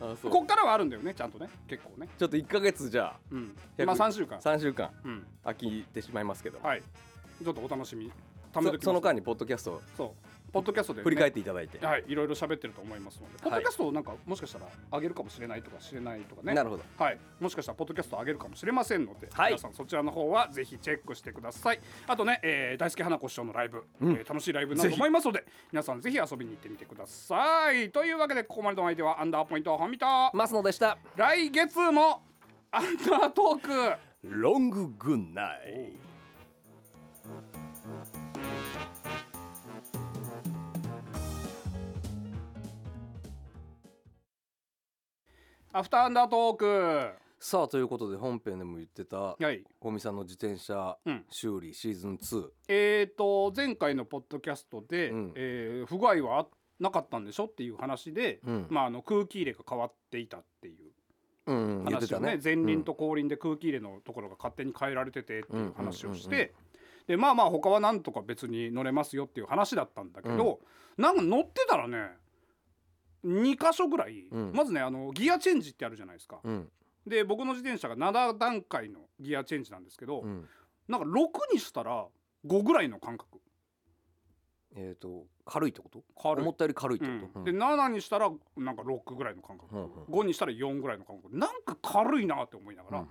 あそう
こっからはあるんだよねちゃんとね結構ね。
ちょっと1か月じゃ
うん。
100
まあ3週間
あ。3週間
うん。
空きてしまいますけど、
はい。ちょっとお楽しみ。貯めと
そ
きます
その間にポッドキャストを
そう。ポッドキャストで、ね、
振り返っていただいて、
はいいろいろ喋ってると思いますので。ポッドキャストをなんかもしかしたら上げるかもしれないとか知れないとかね。
なるほど
はい、もしかしたらポッドキャスト上げるかもしれませんので、
はい
皆さんそちらの方はぜひチェックしてくださいあとね、えー大好き花子師匠のライブ、えー楽しいライブになると思いますので皆さんぜひ遊びに行ってみてくださいというわけでここまでのお相手はアンダーポイント本見と、
ますのでした
来月もアンダートーク
ロンググンナイ
アフターアンダートーク
さあということで本編でも言ってた
はい
小見さんの自転車
うん
修理シーズン2、
えー、と前回のポッドキャストで、
うん
えー不具合はなかったんでしょっていう話で、
うん
まあ、あの空気入れが変わっていたっていう
うんうん言って
話を
た
ね
ね
前輪と後輪で空気入れのところが勝手に変えられててっていう話をし
うんうんうん
てでまあまあ他はなんとか別に乗れますよっていう話だったんだけどなんか乗ってたらね2箇所ぐらい
うん
まずねあのギアチェンジってあるじゃないですか
うん
で僕の自転車が7段階のギアチェンジなんですけど
うん
なんか6にしたら5ぐらいの感覚
えっ、と軽いってこと
軽い
思ったより軽いってこ
う
と、
んで7にしたらなんか6ぐらいの感覚
うんうん
5にしたら4ぐらいの感覚なんか軽いなって思いながら
うん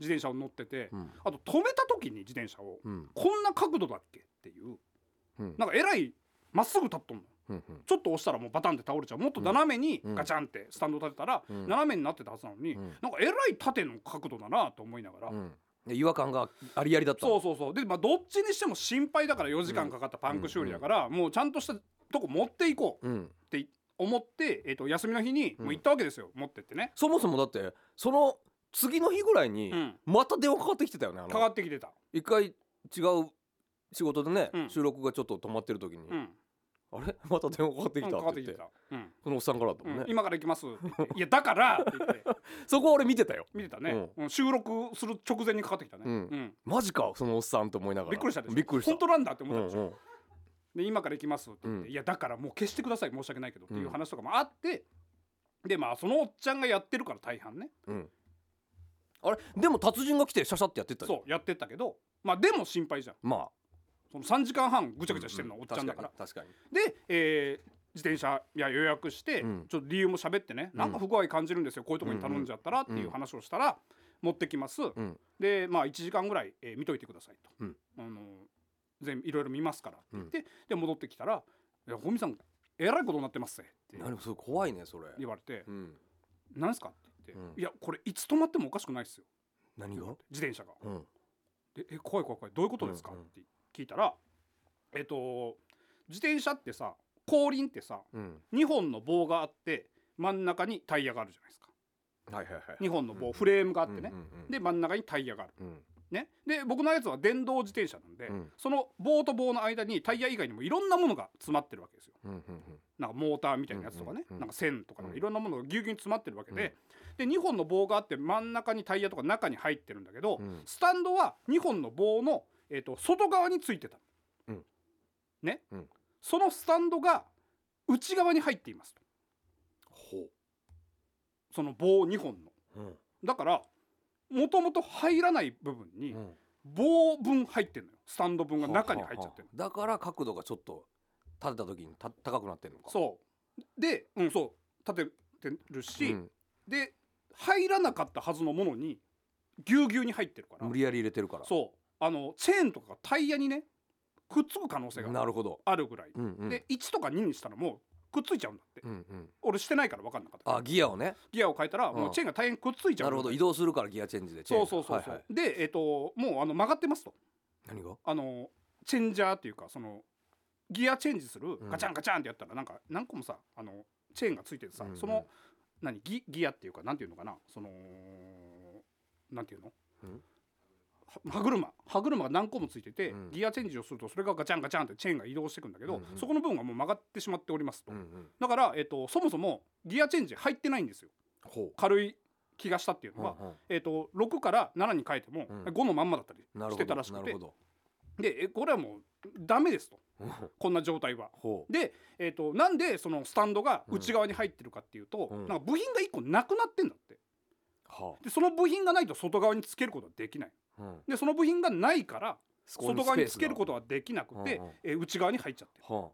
自転車を乗ってて
うん
あと止めた時に自転車を
うん
こんな角度だっけっていう
うん
なんかえらいまっすぐ立っとんの
うん
うんうん
ちょっと押したらもうバタンって倒れちゃうもっと斜めにガチャンってスタンド立てたら
うん
斜めになってたはずなのに、
うん
なんかえらい縦の角度だなと思いながら、
うんで違和感がありありだった
そう
の
そうそうで、まあ、どっちにしても心配だから4時間かかったパンク修理だから、もうちゃんとしたとこ持っていこう
うん
って思って、えっと休みの日にもう行ったわけですよ、持ってってね、
そもそもだってその次の日ぐらいに
うん、
また電話かかってきてたよねあの
かかってきてた、
一回違う仕事でね、
うん
収録がちょっと止まってる時に、
うん、
あれ また電話かかってき
うん
た
か
っ
かってて
言
き
っ
て
て,、
た、うん
そのおっさんからだったもんね
う、ん今から行き ますって言って「いやだから」って言って
そこは俺見てたよ
見てたね、うん収録する直前にかかってきたね、
うんマジかそのおっさんと思いながら
びっくりしたでしょ
びっくりした
本当なんだって思ったでしょ、
うんうん
で今から行きますって言って、
うん
いやだからもう消してください申し訳ないけどっていううん話とかもあって、でまあそのおっちゃんがやってるから大半ね
うんあれでも達人が来てシャシャってやってったじゃん
そうやってたけどまあでも心配じゃん
まあ
その3時間半ぐちゃぐちゃしてるの、
う
おっちゃんだから
確かに
で、えー自転車いや予約して、
うん
ちょっと理由も喋ってね、
ん
なんか不具合感じるんですよこういうとこに頼んじゃったらっていう話をしたら、持ってきます、
ん
でまあ1時間ぐらい、えー見といてくださいと、
うん
あの全部いろいろ見ますからって言って、で戻ってきたら「いや本見さんえらいことになってますぜ」って
確かに何もそれ怖いねそれ
言われて
うん
「何すか?」って言って、
うん
いやこれいつ止まってもおかしくないですよ」
何が
自転車が。
うん
でえ怖い怖い怖いどういうことですか?」
うんうん
って聞いたらえっと自転車ってさ後輪ってさ
うん
2本の棒があって真ん中にタイヤがあるじゃないですか
はいはいはい
2本の
うんう
棒
ん
フレームがあってね
うんうんうん
で真ん中にタイヤがある
うん
ねで僕のやつは電動自転車なんで
うん
その棒と棒の間にタイヤ以外にもいろんなものが詰まってるわけですよ
うんうんうん
なんかモーターみたいなやつとかね
うんうんうん
なんか線とかなんかいろんなものがぎゅうぎゅうに詰まってるわけで
う
で2本の棒があって真ん中にタイヤとか中に入ってるんだけど
うん
スタンドは2本の棒の、えー、と外側についてた、
うん
ね、
うん
そのスタンドが内側に入っていますと
ほ
その棒2本の
ううん
だからもともと入らない部分に
うん
棒分入ってるのよスタンド分が中に入っちゃってる
はあはあだから角度がちょっと立てた時にた高くなってるのか
そうで、うん、そう立ててるし、
ん
で入らなかったはずのものにぎゅうぎゅうに入ってるから
無理やり入れてるから
そうあのチェーンとかがタイヤにねくっつく可能性
な
が
るほど
あるぐらい
うんうん
で1とか2にしたらもうくっついちゃうんだって、
うんうん
俺してないから分かんなかった
あギアをね
ギアを変えたらもうチェーンが大変くっついちゃう
なるほど移動するからギアチェンジでチェー
そ
ン
うそうそうそう、
はいはい
でえっ、ともうあの曲がってますと
何が
あのチェンジャーっていうかそのギアチェンジする
うん
ガチャンガチャンってやったらなんか何個もさあのチェーンがついててさ、
うんうん
その何ギギアっていうかなんていうのかなそのなんていうの、
うん
は歯車歯車が何個もついてて、
うん
ギアチェンジをするとそれがガチャンガチャンってチェーンが移動していくんだけど、
うんうん
そこの部分はもう曲がってしまっておりますと、
うんうん
だから、えっとそもそもギアチェンジ入ってないんですよ
ほ
軽い気がしたっていう
う
のは、
うんうん
えっと6から7に変えても、
うん
5のまんまだったり
な
し
るほ
て
ど
たらし
な
く
る
て
ほど
でえこれはもうダメですと
うん
こんな状態は。
ほう
で、えっとなんでそのスタンドが内側に入ってるかっていうと、
うん
なんか部品が1個なくなってんだって
は
でその部品がないと外側につけることはできない
あうん
でその部品がないから
そこ
外側につけること
は
はできなくて、
うんうん
え内側に入っちゃってる
はあ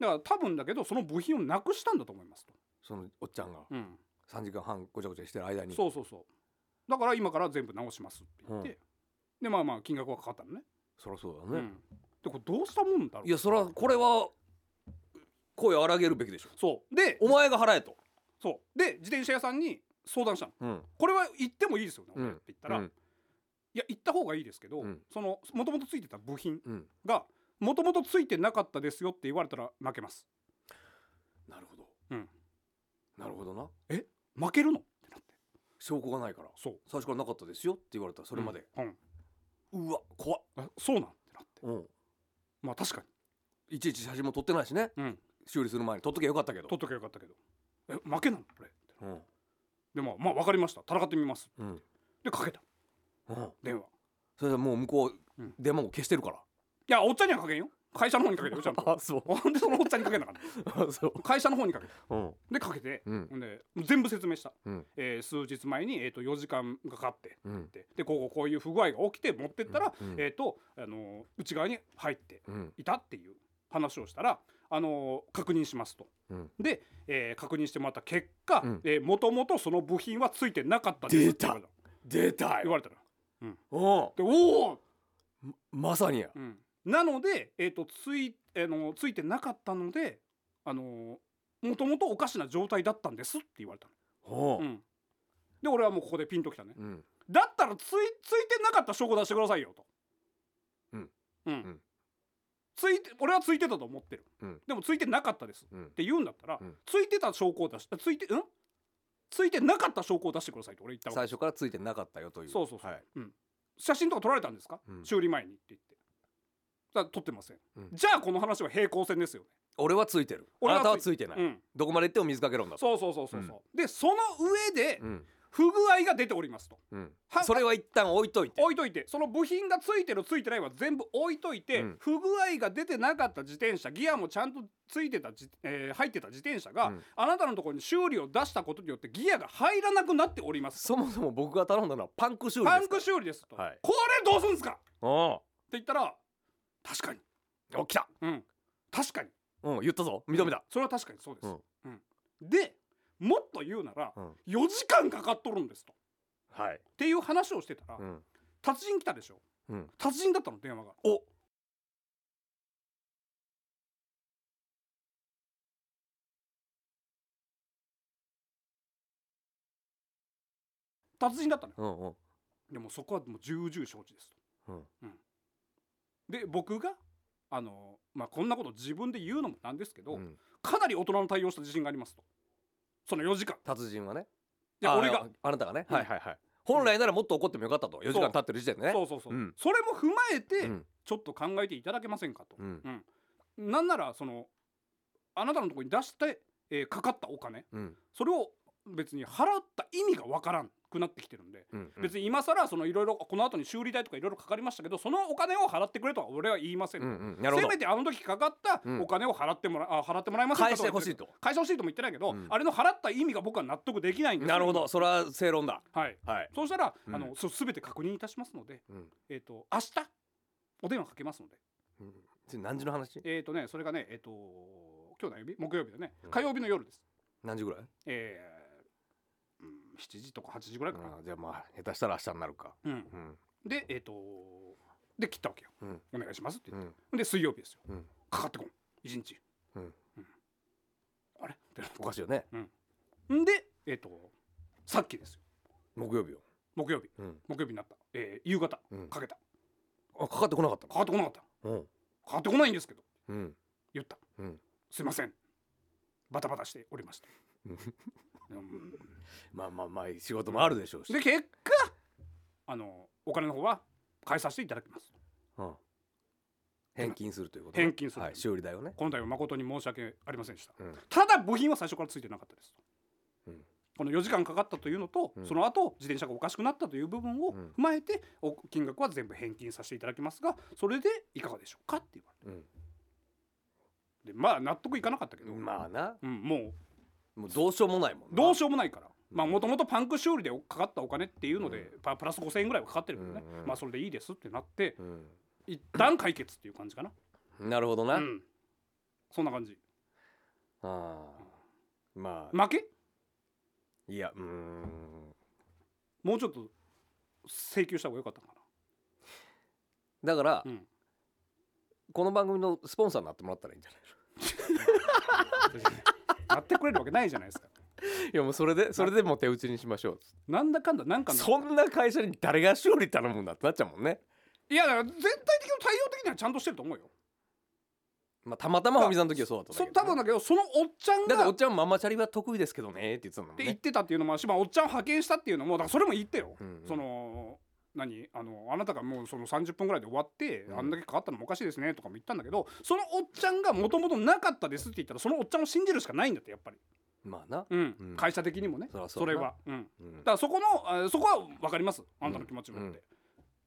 だから多分だけどその部品をなくしたんだと思いますと、
そのおっちゃんが
うん、
三時間半ごちゃごちゃしてる間に
そうそうそうだから今から全部直しますって言って、
う
でまあまあ金額はかかったのね
そりゃそう
う
だね
ん、でこれどうしたもんだろう
いやそりゃこれは声荒げるべきでしょ
そうで
お前が払えと
そうで自転車屋さんに相談したの
うん
これは行ってもいいですよね、
うん
俺って言ったら、
う
い
ん
や行った方がいいですけど、
うん
そのもともとついてた部品
うん
がもともとついてなかったですよって言われたら負けます
なるほど
うん
なるほどな
負けるのってなって
証拠がないから
そう
最初からなかったですよって言われたらそ
そ
れまで、、
うんうん
うわ怖っ、
あそうなんってなって
うん、
まあ確か
いちいち写真も撮ってないしね
にうん
修理する前に撮っときゃよかったけど
取っときゃよかったけどえ負けなのこれって
うん
でまあまあ分かりました戦ってみます
うん
でかけた
うん
電話い
それはもう向こ
う
う、
ん
電話も消してるから
やおっちゃんにはかけんよ会社の方にかけてよちゃん と
そう
なんでそのおっちゃんにかけなかった
あそう
会社の方にかけて
うん
でかけて、
うん
ほんで全部説明した、
うん
えー数日前に、えー、と4時間かかって
うん
ででこうこうこういう不具合が起きて持ってったら、
うん
えーとあのー内側に入って
うん
いたっていう話をしたら、あのー確認しますと。
うん
で、えー確認してもらった結果
うん
もともとその部品はついてなかったですって言われた
出た
言
よ
われたら
うん
でおお、
まさにや
うんなので、えー、とついあのついてなかったのであのもともとおかしな状態だったんですって言われた
ほ
の、うん、で俺はもうここでピンときたね
ううん
だったらついついてなかった証拠出してくださいよと
うん
うん
ん
ついて俺はついてたと思ってる、
うん
でもついてなかったですっ
うん
て言うんだったら、
うん
ついてた証拠を出しついてんついてなかった証拠を出してくださいって俺言ったわけ
最初からついてなかったよという
そうそうそう、
はい
うん、写真とか撮られたんですか、
うん
修理前にって言ってだ撮ってません、
うん
じゃあこの話は平行線ですよね、
俺はついてるあ
俺はつい
なたはついてない、
うん、
どこまで行っても水かけろんだと
そうそうそうそうそう、でその上で
うん
不具合が出ておりますと
うん
は
それは一旦置いといて
置いといてその部品がついてるついてないは全部置いといて、
うん
不具合が出てなかった自転車ギアもちゃんとついてたじ、えー入ってた自転車が、
うん
あなたのところに修理を出したことによってギアが入らなくなっております
そもそも僕が頼んだのはパンク修理です
パンク修理ですと、
はい
これどうすんすかって
お
言ったら確かに、
お来た
うん、確かに
うん言ったぞ認めた、
それは確かにそうです、
うん
うんでもっと言うなら、
うん
4時間かかっとるんですとっ
はい、
ていう話をしてたら、
うん
達人来たでしょ
うん、
達人だったの電話が
お
達人だったのよ
うんうん
でもそこはもう重々承知ですと、
うん
で僕があのまあこんなこと自分で言うのもなんですけど、
うん
かなり大人の対応した自信がありますとその4時間
達人はね
で
あ
俺が
ああなたがね、
うん
はいはいはい本来ならもっと怒ってもよかったと4時間経ってる時点でね
そうそうそう、
うん
それも踏まえて、
うん
ちょっと考えていただけませんかと、
うん
なんならそのあなたのところに出して、えーかかったお金
うん
それを別に払った意味がわからんくなってきてるんで、
うん
別に今更そのいろいろこの後に修理代とかいろいろかかりましたけどそのお金を払ってくれとは俺は言いません
う
と、
んうんなるほ
せ
ど
めてあの時かかった
うん
お金を払ってもら,、あ払ってもらえませんか
返してほしいと
返してほしいとも言ってないけど、
うん
あれの払った意味が僕は納得できないんですよ
なるほどそれは正論だ
はい
はい、
そうしたら、
うん
あのそ全て確認いたしますので、
うん
えっ、と明日お電話かけますので
うん、次何時の話
えっ、とねそれがねえっ、と今日の曜日木曜日だね
うん
火曜日の夜です、
何時ぐらい
えーうん、7時とか8時ぐらいかな、
あーじゃあまあ下手したら明日になるか
うん
うん
でえっ、とで切ったわけよ、
うん
お願いしますって
う
言っ
ん
てで水曜日ですよ、
うん
かかってこん一日、
うん
あれってなっ
おかしいよね
てんでえっ、とさっきですよ
木曜日よ、
木曜日
うん、
木曜日になった、えー夕方
うん
かけた
あかかってこなかった
かかってこなかった
うん
かかってこないんですけど
うん
言った、
うん
すいませんバタバタしておりました、
うん
うん
まあまあまあ仕事もあるでしょうし、
で結果あのお金の方は返させていただきます
うん、返金するということ
返金する
はい、修理代をね
今回は誠に申し訳ありませんでした、
うん
ただ部品は最初からついてなかったです、
うん
この4時間かかったというのと、
うん
その後自転車がおかしくなったという部分を
う
踏
ん
まえて、お金額は全部返金させていただきますがそれでいかがでしょうかって言われてでまあ納得いかなかったけ
う
ど、
ん、まあな
うん、もう
もうどうしようもないもんな
どうしようもないから。
ん
まあもともとパンク修理でかかったお金っていうので、
う
パプラス5,000円ぐらいはかかってるけどね、
うんうん
まあそれでいいですってなって
う、
一旦解決っていう感じかな、
ん、なるほどな、
うん、そんな感じ
あーまあ、
負け
いやうーん
もうちょっと請求した方が良かったか
だから、
な、うん、
この番組のスポンサーになってもらったらいいんじゃな
やってくれるわけないじゃないですか
いいやもうそれでそれでもう手打ちにしましょ
なんだかんだなんか
う
の
そんな会社に誰が修理頼むんだってなっちゃうもんね
いやだから全体的な対応的にはちゃんとしてると思うよ
まあたまたまおみさんの時はそうだった
そ
だ
多
けど
分
ね
だけどそのおっちゃん
だ
が
ってお
っ
っちゃんママチャリは得意ですけどねって言ってたもん
て言っ
ね
てたっていうのもあるし、まあ、おっちゃんを派遣したっていうのもだからそれも言ってよ、
うんうん
その何あのあなたがもうその30分ぐらいで終わって、
うん
あんだけかかったのもおかしいですねとかも言ったんだけどそのおっちゃんがもともとなかったですって言ったらそのおっちゃんを信じるしかないんだってやっぱり、
まあな、
うん
うん
会社的にもね
そりゃそう
そ
だ
れ
な
は、うん、
うん
だからそこのあそこは分かりますあなたの気持ちもって、
うん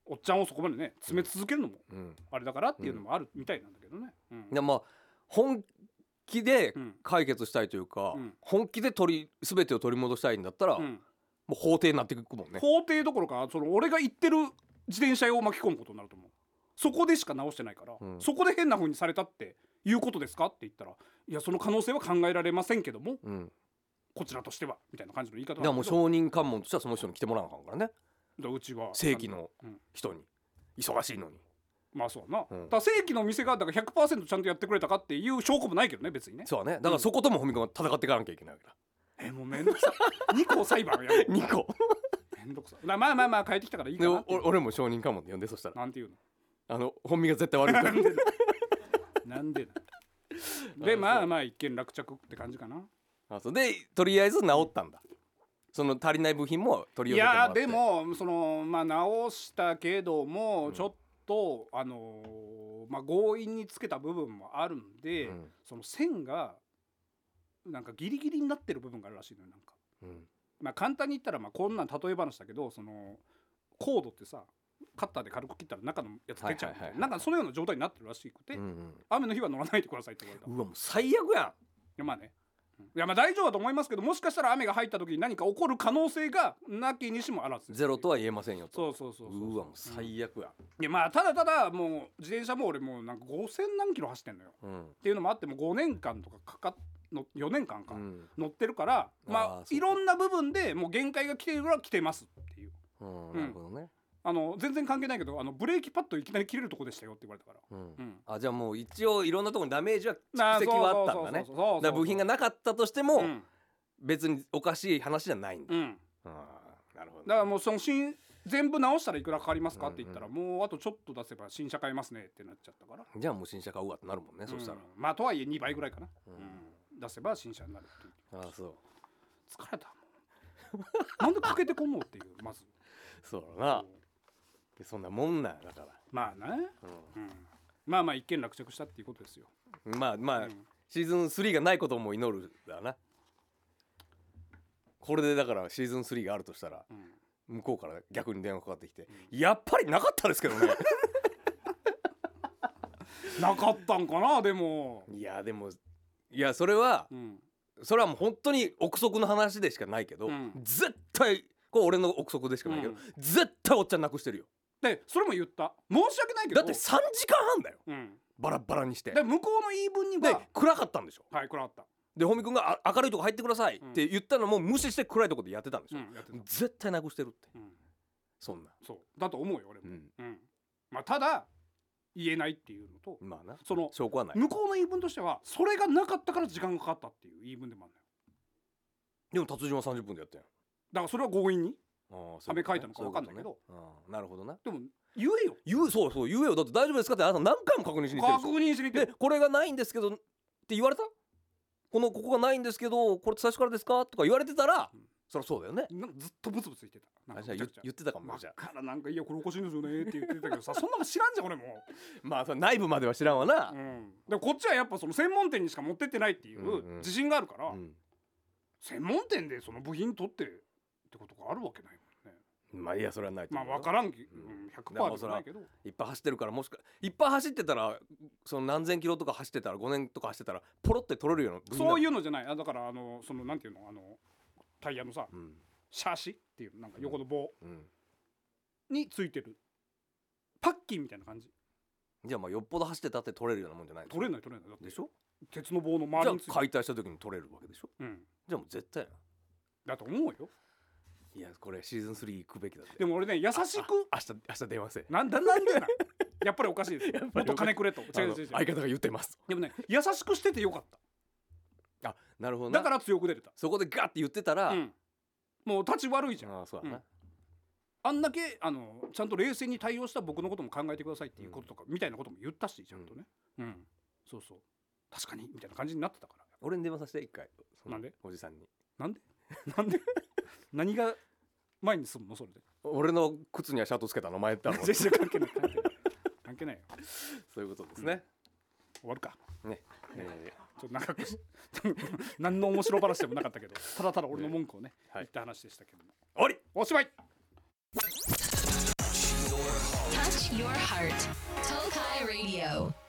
おっちゃんをそこまでね詰め続けるのも
うん、
あれだからっていうのもあるみたいなんだけどね、うん
でまあ本気で
うん
解決したいというか、
うん
本気で取り全てを取り戻したいんだったら、
う
も
ん
う法廷になっていくもんね
法廷どころかその俺が言ってる自転車を巻き込むことになると思うそこでしか直してないから、
うん
そこで変な風にされたっていうことですかって言ったらいやその可能性は考えられませんけども
うん、
こちらとしてはみたいな感じの言い方
でも
な
も
ん
う
だけど
証人喚問としてはその人に来てもらわなあかんからね
だからうちは
正規の
うん
人に忙しいのに
まあそうやな、
うん
だから正規の店がだから100%ちゃんとやってくれたかっていう証拠もないけどね別にね
そうだねだからそこともみ込ん戦っていかなきゃいけないわけだ
えもうめん どくさ2個裁判やる
2個
めんどくさまあまあまあまあ帰ってきたからいい
で
かな
お
っていう
俺も証人かもって呼んでそしたら
なんていうの
あの本身が絶対悪いから
なん でなでまあまあ一見落着って感じかな
あそうでとりあえず治ったんだその足りない部品も取
い
り寄せてもら
や
って
でもそのまあ直したけどもちょっと、あのーまあ強引につけた部分もあるんで、
うん
その線がなんかギリギリになってる部分があるらしいのよなんか、
うん
まあ、簡単に言ったらまあこんなん例え話だけどそのコードってさカッターで軽く切ったら中のやつ出ちゃうみたいな,、
はいはいはいはい
なんかそのような状態になってるらしくて、
うん
雨の日は乗らないでくださいって言われた、い
うんうわもう最悪や
やまあねうんいやまあ大丈夫だと思いますけどもしかしたら雨が入った時に何か起こる可能性がなきにしもあらず
んゼロとは言えませんよと
そうそうそうそう
うわもう最悪や
いやまあただただもう自転車も俺もうなんか5,000何キロ走ってんのよ
うん
っていうのもあっても5年間とかかかっの4年間か、
うん
乗ってるから
あーそ
ま
う
あ
か
いろんな部分でもう限界が来てるは来てますっていう
うんなるほどね
あの全然関係ないけどあのブレーキパッドいきなり切れるとこでしたよって言われたから。
うん
うん
あじゃあもう一応いろんなところにダメージは
あ
蓄積はあったんだね
そうそうそうそうそうそう
だから部品がなかったとして
う
も
ん、
別におかしい話じゃないんだ
うん、
あーなるほど
だからもうその新全部直したらいくらかかりますかって言ったら、もうあとちょっと出せば新車買えますねってなっちゃったから、
じゃあもう新車買うわってなるもんねそしたら
うんまあとはいえ2倍ぐらいかな、
う
うんん出せば新車になるっていう
ああそう
疲れたもうなんでかけてこんのっていうまず
そうだなそんなもんなんやだから
まあね、うんまあまあ一件落着したっていうことですよ
まあまあ、シーズン3がないことも祈るだなこれでだからシーズン3があるとしたら、向こうから逆に電話かかってきて、やっぱりなかったですけどね
なかったんかなでも、
いやでもいやそれは
うん、
それはもう本当に憶測の話でしかないけど、
うん
絶対これ俺の憶測でしかないけど、
うん
絶対おっちゃんなくしてるよ
でそれも言った申し訳ないけど
だって3時間半だよ
うん、
バラッバラにして
で
で
向こうの言い分には
暗かったんでしょ
はいこれあった、
でホミ君があ明るいとこ入ってくださいって言ったのも無視して暗いとこでやってたんでし
う
ょ、
ん、やってた、
絶対なくしてるって
うん、
そんな
そうだと思うよ俺
う
も、
ん
うんまあただ言えないっていうのと
まあな
その
証拠はない
向こうの言い分としてはそれがなかったから時間がかかったっていう言い分でもあるのよ
でも達人は30分でやったよ
だからそれは強引に
ああそ
壁書いたのか
うう
わ
こ
か
と
んな
ね
いけど
そういうことねああなるほどな
でも言えよ
言うそうそう言えよだって大丈夫ですかってあなた何回も確認しに行って
確
る
認
でし
しに行って
ょでこれがないんですけどって言われたこのここがないんですけどこれ最初からですかとか言われてたら、
うん
そりゃそうだよね
なんかずっとブツブツ言ってた。な
あ
ん
じゃ
か
あ
ぐちゃぐちゃ
言言ってたかも
わ
ねじゃあ
からなんかいやこれおかしいんですよねって言ってたけどさそんなの知らんじゃん俺も、
まあその内部までは知らんわな
う、ん、でもこっちはやっぱその専門店にしか持ってってないってい
うんうん
う自信があるから、
うん
専門店でその部品取ってってことがあるわけないもんね
まあいやそれはないと
ま
思
あ
う
分からんき、
う
うんん、
だから
100%
もう
じ
そ
ゃ
ら
ないけど
いっぱい走ってるからもしかいっぱい走ってたらその何千キロとか走ってたら5年とか走ってたらポロって取れるような部品だ
そういうのじゃないあだからあのそのなんていうのあのタイヤのさ
うん
シャーシっていうなんか横の棒
うん
についてるパッキンみたいな感じ
じゃあまあよっぽど走ってたって取れるようなもんじゃないの
取れない取れないだって
でしょ
鉄の棒の
じ
周
ゃ
りについて
あ
る、
解体した時に取れるわけでしょ
うん、
じゃあもう絶対や
だと思うよ
いやこれシーズン3行くべき だって
でも俺ね優しく
あ明日明日電話せ
なんだなんでなんやっぱりおかしいです よもっと金くれと
あ
違う違
の
う違う
相方が言ってます
でもね優しくしててよかっ
あなるほど
た
な
だから強く出れた
そこでガッて言ってたら、
うんもう立ち悪いじゃん
ああそうだな、
あんだけあのちゃんと冷静に対応した僕のことも考えてくださいっていうこととか、みたいなことも言ったしちゃんとねうん、そうそう確かにみたいな感じになってたから
俺に電話させて一回その
なんで
おじさんに
なんで なんで何が前に進むのそれで
俺の靴にはシャトつけた名前だろ
全然関係ない関係な い関係ないよ
そういうことですね、
終わるか
ね、えー
ちょっと長くし 何の面白話でもなかったけどただただ俺の文句をね、
はい
言った話でしたけども
終わり
おしまい
Touch your heart. Tokai Radio.